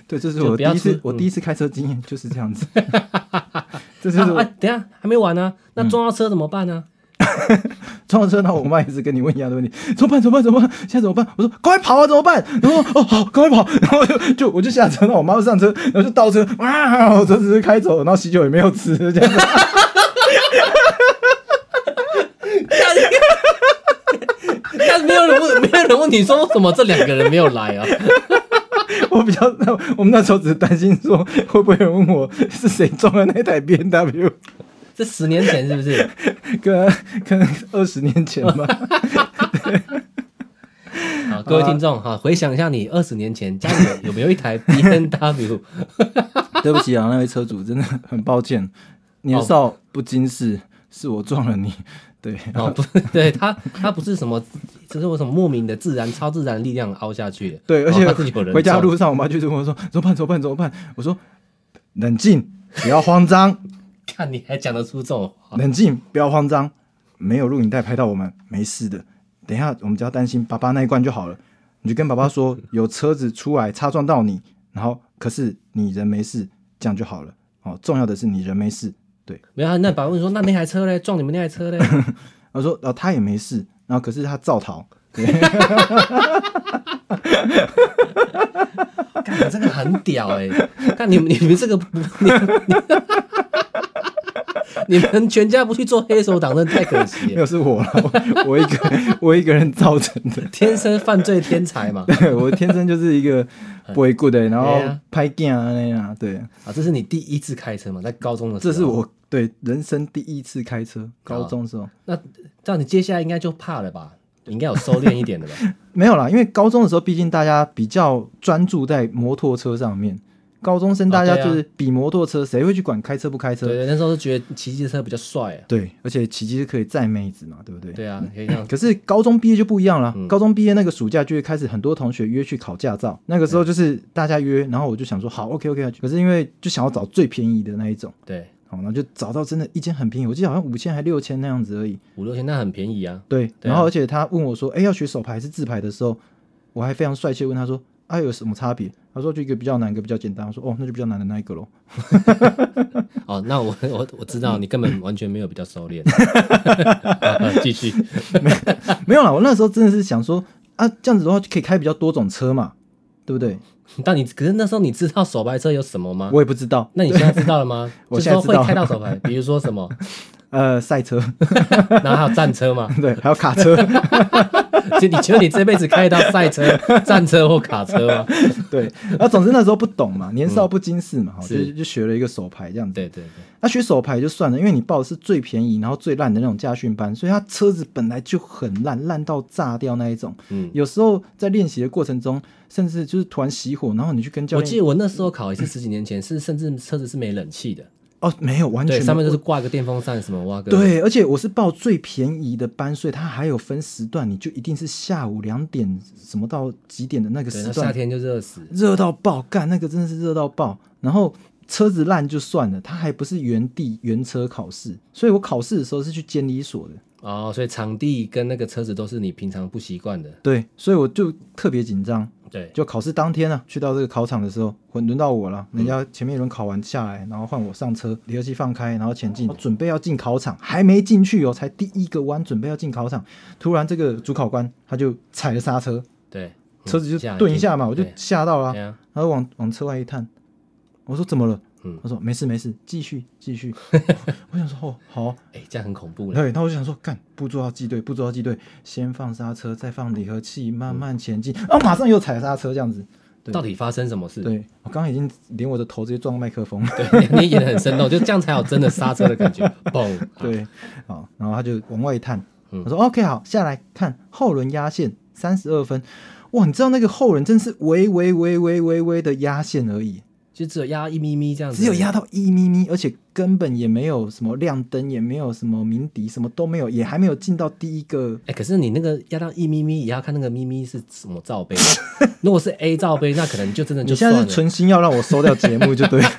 B: 对，这是
A: 就
B: 我
A: 不
B: 第
A: 要
B: 一次
A: 吃，
B: 我
A: 嗯
B: 第一次开车
A: [laughs]
B: 经验就是这样子。 [laughs] 这就是嗯
A: 啊
B: 我
A: 哎等一下还没完呢、那撞到车怎么办呢、 [laughs]
B: 撞了车，然后我妈也是跟你问一样的问题，怎么办？怎么办？怎么办？现在怎么办？我说赶快跑啊，怎么办？然后哦好，赶快跑，然后我就就我就下车，然后我妈就上车，然后就倒车，哇，我车只是开走，然后喜酒也没有吃，这样子。
A: [laughs] 但没有人问，没有人问你说为什么这两个人没有来啊？ [laughs]
B: 我比较，我们那时候只是担心说会不会有人问我是谁撞了那台 B N W，
A: 这十年前是不是？
B: 可能可能二十年前吧。啊
A: 好，各位听众哈，回想一下你二十年前家里有有没有一台 B N
B: [laughs]
A: W？
B: 对不起啊，那位车主，真的很抱歉，年少不经事，是我撞了你。对，
A: 哦，不是，对他，他不是什么，就是我什么莫名的自然、超自然的力量凹下去的。
B: 对，而且
A: 哦他是有人
B: 回家
A: 撞
B: 路上，我妈就跟我说：“怎么办？怎么办？怎么办？”我说：“冷静，不要慌张，
A: [laughs] 看你还讲得出这种话，
B: 冷静，不要慌张，没有录影带拍到我们，没事的。等一下，我们只要担心爸爸那一关就好了。你就跟爸爸说，有车子出来擦撞到你，然后可是你人没事，这样就好了。哦，重要的是你人没事。对，
A: 没有啊？那爸爸问说，那那台车嘞，撞你们那台车嘞？
B: 他说，然后他也没事，然后可是他造逃。”
A: 干，你这个很屌哎、看你们，你们这个不，你们你你们全家不去做黑手党，真的太可惜
B: 没
A: 了。
B: 有是我啦，我我一个 [laughs] 我一个人造成的。 [laughs]
A: 天生犯罪天才嘛，
B: 对我天生就是一个不会 good 的，然后
A: 对啊
B: 拍镜啊那样啊，对，
A: 啊，这是你第一次开车嘛，在高中的时
B: 这
A: 候，
B: 是我对人生第一次开
A: 哦
B: 车，高中的时候
A: 那这样你接下来应该就怕了吧？你应该有收敛一点的
B: [laughs]
A: 吧？
B: 没有啦，因为高中的时候毕竟大家比较专注在摩托车上面，高中生大家
A: 哦对啊
B: 就是比摩托车，谁会去管开车不开
A: 对
B: 车？
A: 对，那时候就觉得骑机车比较帅、啊。
B: 对，而且骑机是可以载妹子嘛，对不对？
A: 对啊，可以这样。
B: 可是高中毕业就不一样了，高中毕业那个暑假就会开始很多同学约去考驾照，那个时候就是大家约，然后我就想说好 OK OK，可是因为就想要找最便宜的那一种，
A: 对，
B: 哦，然后就找到真的一间很便宜，我记得好像五千还六千那样子而已，
A: 五六千那很便宜啊。
B: 对，
A: 对啊
B: 然后而且他问我说，哎、要学手牌还是自牌的时候，我还非常帅气地问他说，啊有什么差别？他说就一个比较难，一个比较简单，我说哦那就比较难的那一个咯。
A: 哦，那我我我知道你根本完全没有比较收敛。 [laughs] 继续，
B: [laughs] 没有啦，我那时候真的是想说啊这样子的话就可以开比较多种车嘛，对不对？
A: 但你可是那时候你知道手排车有什么吗？
B: 我也不知道，
A: 那你现在知道了吗？
B: [laughs] 我
A: 就是
B: 现在
A: 说
B: 知道
A: 会开到手排，比如说什么，
B: 呃，赛车， [laughs]
A: 然后还有战车嘛。
B: 对，还有卡车。
A: 就你觉得你这辈子开得到赛车、 [laughs] 战车或卡车吗？
B: [laughs] 对，然后总之那时候不懂嘛，年少不经事嘛，哈，就是就学了一个手牌这样
A: 嗯
B: 子。
A: 对对对，
B: 那学手牌就算了，因为你报的是最便宜，然后最烂的那种驾训班，所以他车子本来就很烂，烂到炸掉那一种。
A: 嗯。
B: 有时候在练习的过程中，甚至就是突然熄火，然后你去跟教
A: 我记
B: 练，
A: 得我那时候考也是十几年前，是甚至车子是没冷气的，
B: 哦，没有，完全
A: 对，
B: 没
A: 上面
B: 有
A: 就是挂个电风扇什么挖个。，
B: 对，而且我是报最便宜的班，所以它还有分时段，你就一定是下午两点什么到几点的那个
A: 对，
B: 时
A: 那夏
B: 段，
A: 天就热死。
B: 热到爆，干那个真的是热到爆。然后车子烂就算了，它还不是原地原车考试，所以我考试的时候是去监理所的，
A: 哦，所以场地跟那个车子都是你平常不习惯的。
B: 对，所以我就特别紧张。
A: 对，
B: 就考试当天啊，去到这个考场的时候，轮轮到我了。人家前面一轮考完下来，然后换我上车，离合器放开，然后前进，准备要进考场，还没进去哦，才第一个弯，准备要进考场，突然这个主考官他就踩了刹车，
A: 对，
B: 车子
A: 嗯
B: 就哦顿一下嘛，我就
A: 对
B: 吓到了、
A: 对啊，
B: 然后往往车外一探，我说怎么了？
A: 嗯
B: 他说没事没事，继续
A: [laughs]
B: 继续。我想说哦好，
A: 哎，这样很恐怖了。
B: 对，那我就想说，干步骤要记对，步骤要记对，先放刹车，再放离合器，
A: 嗯
B: 慢慢前进，然后马上又踩刹车这样子。对
A: 到底发生什么事？
B: 对我刚刚已经连我的头直接撞麦克风，
A: 对， [laughs] 你演的很生动，就这样才有真的刹车的感
B: [laughs]
A: 觉。嘣，好，
B: 对，好，然后他就往外一探，
A: 嗯
B: 我说 OK 好，下来看后轮压线三十二分，哇，你知道那个后轮真是微微微微微微的压线而已，
A: 就只有压一咪咪这样子，
B: 只有压到一咪咪，而且根本也没有什么亮灯，也没有什么鸣笛，什么都没有，也还没有进到第一个。
A: 哎、可是你那个压到一咪咪，也要看那个咪咪是什么罩杯。 [laughs] 如果是 A 罩杯，那可能就真的
B: 你
A: 就
B: 现
A: 算
B: 在
A: 了。
B: 是存心要让我收掉节目就
A: [laughs]
B: 对了。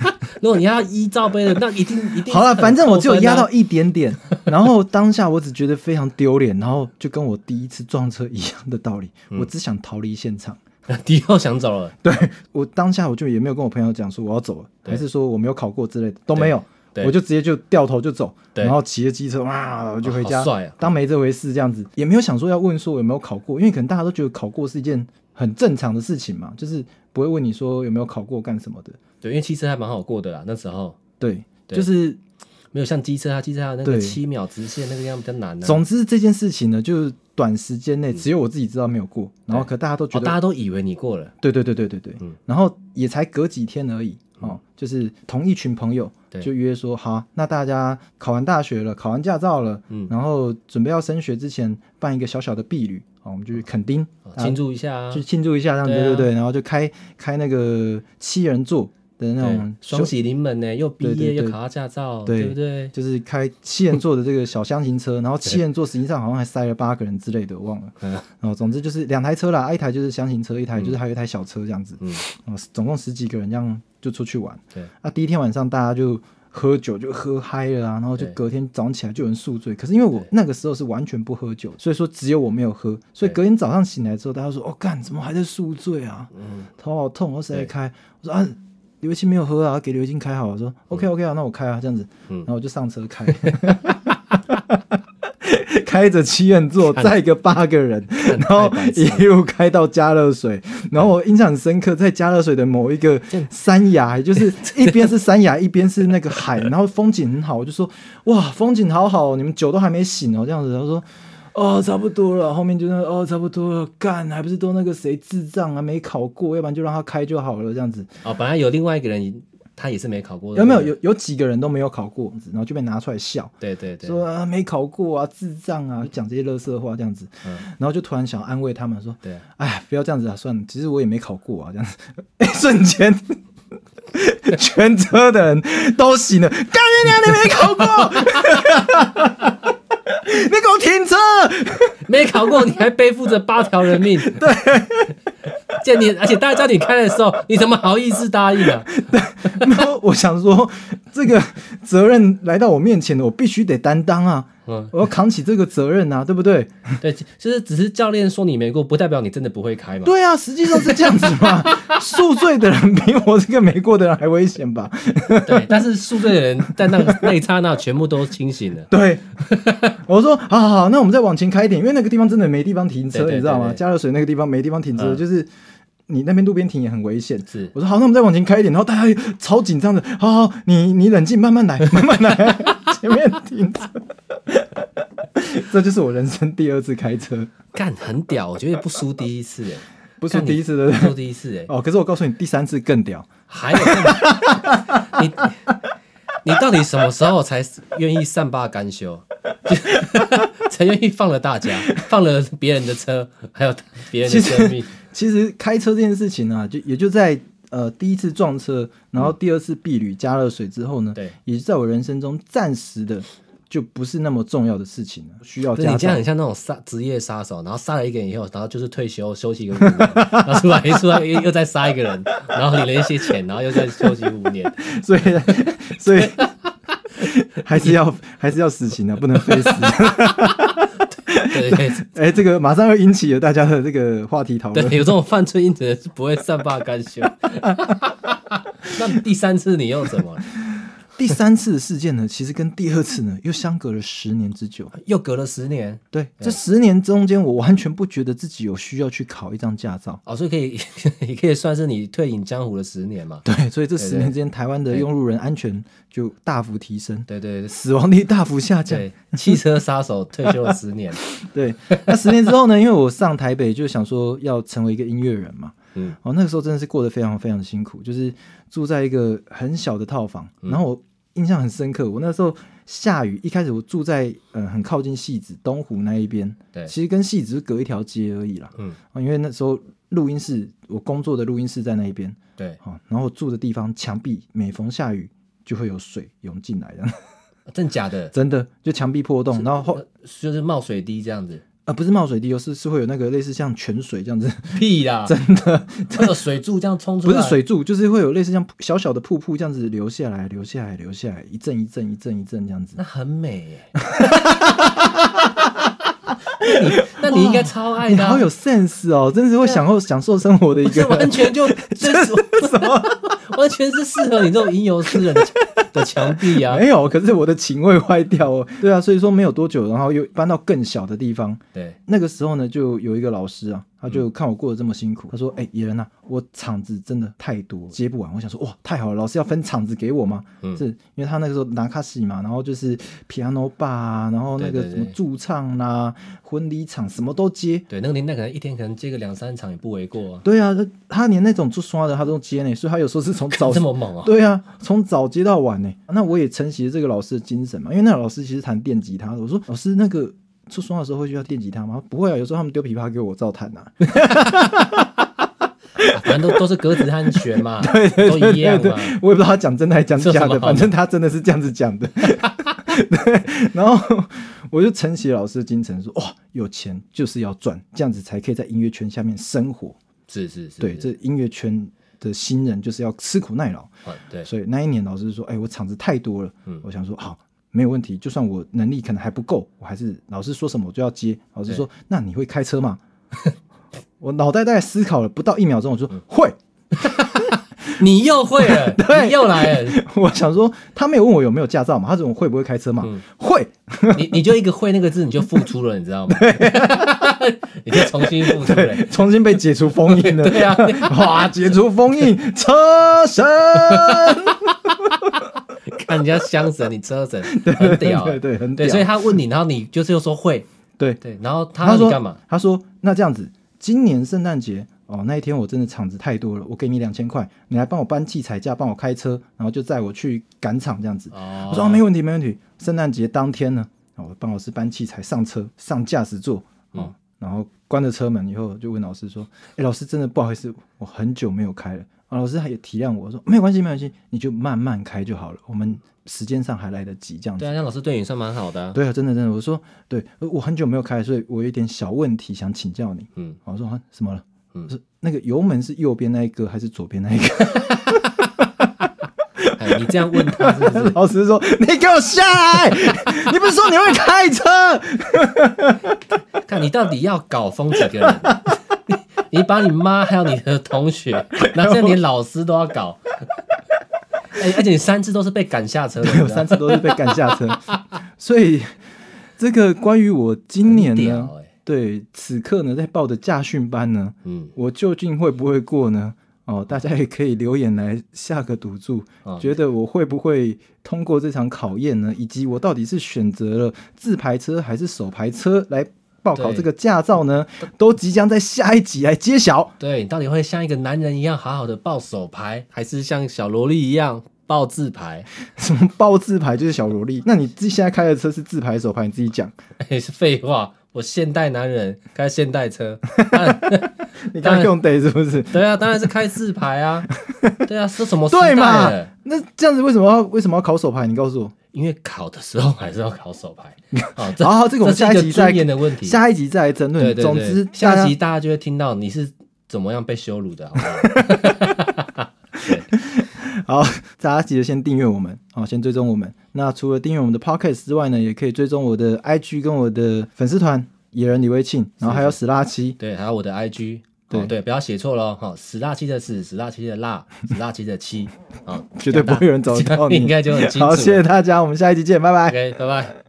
A: 如果你压一罩杯的，那一定一定、
B: [laughs] 好了，反正我只有
A: [laughs]
B: 压到
A: 一。啊
B: 一点点，然后当下我只觉得非常丢脸，然后就跟我第一次撞车一样的道理，
A: 嗯
B: 我只想逃离现场。
A: 迪奥想走了，
B: [laughs] 对我当下我就也没有跟我朋友讲说我要走了，
A: 对
B: 还是说我没有考过之类的都没有，
A: 对
B: 我就直接就掉头就走，
A: 对
B: 然后骑着机车哇我就回家，
A: 好帅啊
B: 当没这回事这样子，也没有想说要问说有没有考过，因为可能大家都觉得考过是一件很正常的事情嘛，就是不会问你说有没有考过干什么的，
A: 对，因为汽车还蛮好过的啦，那时候
B: 对，
A: 对
B: 就是
A: 没有像机车啊，机车还有那
B: 对
A: 个七秒直线那个样比较难啊。
B: 总之这件事情呢，就是短时间内只有我自己知道没有过，然后可大家都觉
A: 哦，
B: 得
A: 大家都以为你过了，
B: 对对对对对对，
A: 嗯
B: 然后也才隔几天而已哦，就是同一群朋友
A: 对
B: 就约说，好，那大家考完大学了，考完驾照了，
A: 嗯
B: 然后准备要升学之前办一个小小的避旅哦，我们就去垦丁，
A: 哦
B: 啊
A: 庆祝一下啊
B: 去，庆祝一下，这样子
A: 对啊
B: 对对对，然后就开开那个七人座的那
A: 对
B: 种，
A: 双喜临门呢，又毕
B: 对
A: 业
B: 对对
A: 又考到驾照，
B: 对
A: 对不
B: [laughs]
A: 对？
B: 就是开七人座的这个小箱
A: [laughs]
B: 型车，然后七人座实际上好像还塞了八个人之类的，我忘了。
A: 嗯
B: 哦，总之就是两台车啦，啊一台就是箱型车，一台就是还有一台小车这样子。
A: 嗯
B: 哦，总共十几个人这样就出去玩。
A: 对，
B: 啊，第一天晚上大家就喝酒，就喝嗨了啊，然后就
A: 对
B: 隔天早上起来就有人宿醉。可是因为我
A: 对
B: 那个时候是完全不喝酒，所以说只有我没有喝，所以
A: 对
B: 隔天早上醒来之后，大家说：“哦，干，怎么还在宿醉啊？
A: 嗯，
B: 头好痛，我谁来
A: 对
B: 开？”我说：“啊，刘青没有喝啊，给刘青开好了。”我说：“OK OK 啊，那我开啊，这样子。”
A: 嗯
B: 然后我就上车开。 [laughs] 开着七人座载一个八个人，然后一路开到加热水，然后我印象很深刻，在加热水的某一个山崖，就是一边是山崖，一边是那个海， [laughs] 然后风景很好，我就说哇，风景好好哦，你们酒都还没醒哦，这样子，他说。哦，差不多了，后面就那个哦，差不多了，干，还不是都那个谁智障啊，没考过，要不然就让他开就好了，这样子。
A: 哦，本来有另外一个人，他也是没考过的，
B: 有没有有有几个人都没有考过，然后就被拿出来笑，
A: 对？对对对，
B: 说啊没考过啊，智障啊，讲这些垃圾话这样子，
A: 嗯
B: 然后就突然想安慰他们说，
A: 对啊。
B: 哎，不要这样子啊，算了，其实我也没考过啊，这样子，一瞬间，全车的人都醒了，干你娘，你没考过， [laughs] 你给我停车！ [laughs]
A: 没考过，你还背负着八条人命。对，见你，而且大家叫你开的时候，你怎么好意思答应
B: [laughs]
A: 啊？
B: 然后我想说，这个责任来到我面前了，我必须得担当啊，
A: 嗯，
B: 我要扛起这个责任啊，对不对？
A: 对，就是只是教练说你没过，不代表你真的不会开嘛。
B: 对啊，实际上是这样子
A: [laughs]
B: 嘛，宿醉的人比我这个没过的人还危险吧？
A: 对，但是宿醉的人在那个那一刹那全部都清醒了。
B: 对，我说好好好，那我们再往前开一点，因为那个地方真的没地方停车，
A: 对对
B: 你知道
A: 对
B: 吗？
A: 对
B: 加热水那个地方没地方停车，
A: 嗯
B: 就是你那边路边停也很危险。
A: 是
B: 我说好，那我们再往前开一点，然后大家也超紧张的，好好，你你冷静，慢慢来，慢
A: [laughs]
B: 慢来，前面停车。这就是我人生第二次开车，
A: 干很屌，我觉得不输第一次哎，
B: 不是第一次的
A: 不输第一次哎，
B: 哦。可是我告诉你，第三次更屌。
A: 还有干你。 [laughs] 你到底什么时候才愿意善罢甘休， [laughs] 才愿意放了大家，放了别人的车，还有别人的
B: [laughs] 其实
A: 生命？
B: 其实开车这件事情呢、啊，就也就在呃第一次撞车，然后第二次避旅加热水之后呢，
A: 嗯对，
B: 也是在我人生中暂时的就不是那么重要的事情了，需要
A: 不是你
B: 驾
A: 这样
B: 照
A: 很。像那种杀职业杀手，然后杀了一个人以后，然后就是退休休息个五年， [laughs] 然后出来一出来又又再杀一个人，然后领了一些钱，然后又再休息五年。
B: [laughs] 所以所以 [laughs] 还是要 [laughs] 还是要死刑的、啊不能非死。 [laughs]
A: 对对
B: 哎、这个马上又引起了大家的这个话题讨
A: 对，
B: 论。
A: 有这种犯罪因子的是不会善罢甘休。 [laughs] 那第三次你又怎么了？
B: [laughs] 第三次事件呢，其实跟第二次呢又相隔了十年之久。
A: 又隔了十年
B: 对，这十年中间，我完全不觉得自己有需要去考一张驾照。
A: 哦，所以可以 [laughs] 也可以算是你退隐江湖的十年嘛？ [laughs]
B: 对，所以这十年
A: 对
B: 之间，台湾的用路人安全就大幅提升，
A: 对对对
B: 死亡率大幅下降。
A: 对，汽车杀手退休了十年，
B: [laughs] 对，那十年之后呢？因为我上台北就想说要成为一个音乐人嘛，
A: 嗯，
B: 哦，那个时候真的是过得非常非常辛苦，就是住在一个很小的套房，
A: 嗯
B: 然后我印象很深刻，我那时候下雨，一开始我住在呃很靠近戏子东湖那一边，
A: 对
B: 其实跟戏子是隔一条街而已啦，
A: 嗯，
B: 哦因为那时候录音室我工作的录音室在那一边，
A: 对，
B: 哦，然后我住的地方墙壁每逢下雨就会有水涌进来的， [laughs]
A: 真假的，
B: 真的就墙壁破洞，然后后
A: 呃就是冒水滴这样子，
B: 啊，不是冒水滴哦，是是会有那个类似像泉水这样子，
A: 屁啦，
B: [laughs] 真的
A: 会有水柱这样冲出
B: 不
A: 来，
B: 是水柱，就是会有类似像小小的瀑布这样子流下来，流下来，流下来，一阵一阵一阵一阵这样子
A: 那。很美耶。那你那你应该超爱
B: 你
A: 的啊、
B: 好有 sense 哦，真是会享受享受生活的一
A: 这
B: 个。
A: 啊完
B: [laughs]
A: 全就这是完全是适合你这种吟游诗人的的墙壁啊！
B: 没有，可是我的琴会坏掉哦。对啊，所以说没有多久，然后又搬到更小的地方。
A: 对，
B: 那个时候呢，就有一个老师啊，他
A: 嗯
B: 就看我过得这么辛苦，他说：“哎、野人呐、我场子真的太多，接不完。”我想说：“哇，太好了，老师要分场子给我吗？”
A: 嗯
B: 是因为他那个时候拿卡西嘛，然后就是 piano bar，啊然后那个
A: 对对
B: 什么
A: 对
B: 驻唱啦、婚礼场什么都接。
A: 对，那个年代可能一天可能接个两三场也不为过啊，
B: 对啊，他他连那种做刷的他都接呢，所以他有时候是从早
A: 这么猛啊！
B: [laughs] 对啊，从早接到晚呢。那我也承袭了这个老师的精神嘛，因为那个老师其实弹电吉他的，我说老师那个出双的时候会需要电吉他吗？不会啊，有时候他们丢琵琶给我照弹啊。
A: 啊反正都都是格子和弦
B: [laughs]
A: 嘛，都一样嘛。
B: 我也不知道他讲真的还讲
A: 这有
B: 假
A: 什么
B: 的，
A: 好
B: 反正他真的是这样
A: [laughs]
B: 子讲的。对，然后我就承袭老师的精神，说哇，有钱就是要赚，这样子才可以在音乐圈下面生活。
A: 是是是，
B: 对，这音乐圈的新人就是要吃苦耐劳。
A: 啊对，
B: 所以那一年老师说：“哎，我场子太多了。
A: 嗯
B: 我想说好，没有问题，就算我能力可能还不够，我还是老师说什么我就要接。老师说：“那你会开车吗？” [laughs] 我脑袋大概思考了不到一秒钟，我说：“
A: 嗯
B: 会。
A: 你又会
B: [laughs]
A: 了，你又来了，”
B: 我想说他没有问我有没有驾照嘛，他说我会不会开车嘛？
A: 嗯
B: 会。
A: 你你就一个会那个字你就付出了，你知道吗？你就重新付出了。
B: 对， [laughs] 重新被解除封印
A: [laughs]
B: 了。
A: 对啊，
B: [laughs] 哇，解除封印，车神。
A: [laughs] 看人家香神，你车神， [laughs] 很屌啊，
B: [laughs] 对对很
A: 对，
B: 屌
A: 所以他问你，然后你就是又说会，
B: 对，
A: 对，然后他
B: 他
A: 让
B: 说
A: 你干嘛？？
B: 他说那这样子，今年圣诞节哦，那一天我真的场子太多了，我给你两千块，你来帮我搬器材架，帮我开车，然后就载我去赶场这样子。
A: 哦
B: 我说、哦、没问题，没问题。圣诞节当天呢，哦、我帮老师搬器材上车，上驾驶座哦，
A: 嗯
B: 然后关了车门以后，就问老师说：“哎，老师真的不好意思，我很久没有开了。”啊，老师还也体谅我说：“没有关系，没有关系，你就慢慢开就好了，我们时间上还来得及。”这样子
A: 对。啊，那老师对你算蛮好的、啊。
B: 对啊，真的真的，我说对，呃我很久没有开，所以我有一点小问题想请教你。
A: 嗯，
B: 我说啊，什么了？
A: 嗯
B: 我说那个油门是右边那一个还是左边那一个？ [laughs]
A: 哎，你这样问他是不是？
B: 老师说你给我下来！ [laughs] 你不是说你会开车？
A: 看你到底要搞疯几个人？ [laughs] 你你把你妈还有你的同学，然后现在连老师都要搞。哎，而且你三次都是被赶下车的，你
B: [laughs] 有
A: 知道吗
B: 三次都是被赶下
A: [laughs]
B: 车，所以这个关于我今年
A: 很
B: 呢
A: 屌，哎
B: 对此刻呢在报的驾训班呢，
A: 嗯，
B: 我究竟会不会过呢？哦，大家也可以留言来下个赌注，
A: 哦
B: 觉得我会不会通过这场考验呢？以及我到底是选择了自排车还是手排车来报考
A: 对
B: 这个驾照呢？都即将在下一集来揭晓。
A: 对你到底会像一个男人一样好好的抱手牌，还是像小萝莉一样抱字牌？
B: 什么报自排就是小萝莉？那你自己现在开的车是自排手排，你自己讲。
A: 哎，是废话，我现代男人开现代车，
B: 你
A: 当
B: 刚
A: 然
B: 用 day 是不是？
A: 对啊，当然是开自排啊，对啊，是什么时代
B: 对嘛
A: 了？？
B: 那这样子为什么要为什么要考手牌？你告诉我。
A: 因为考的时候还是要考手牌。好，这
B: 好哦好，这个我们
A: 这
B: 下
A: 是
B: 一
A: 一
B: 集
A: 个
B: 再
A: 尊严的问题。
B: 下一集再来争论。
A: 对对
B: 嗯总
A: 对
B: 之，大
A: 下
B: 家
A: 集大家就会听到你是怎么样被羞辱的，
B: [laughs]
A: 好不好？
B: 好， [laughs] 大家记得先订阅我们，好，先追踪我们。那除了订阅我们的 podcast 之外呢，也可以追踪我的 IG 跟我的粉丝团野人李威庆，然后还有史拉奇。
A: 对，还有我的 IG。
B: [laughs] 对
A: 哦、对，不要写错了哈，死辣七的死，死辣七的辣，死辣七的七，啊、
B: [laughs] 绝对不会有人找得到
A: [laughs]
B: 你
A: 应该就很清楚。
B: 好，谢谢大家，我们下一集见，拜拜。
A: OK，拜拜。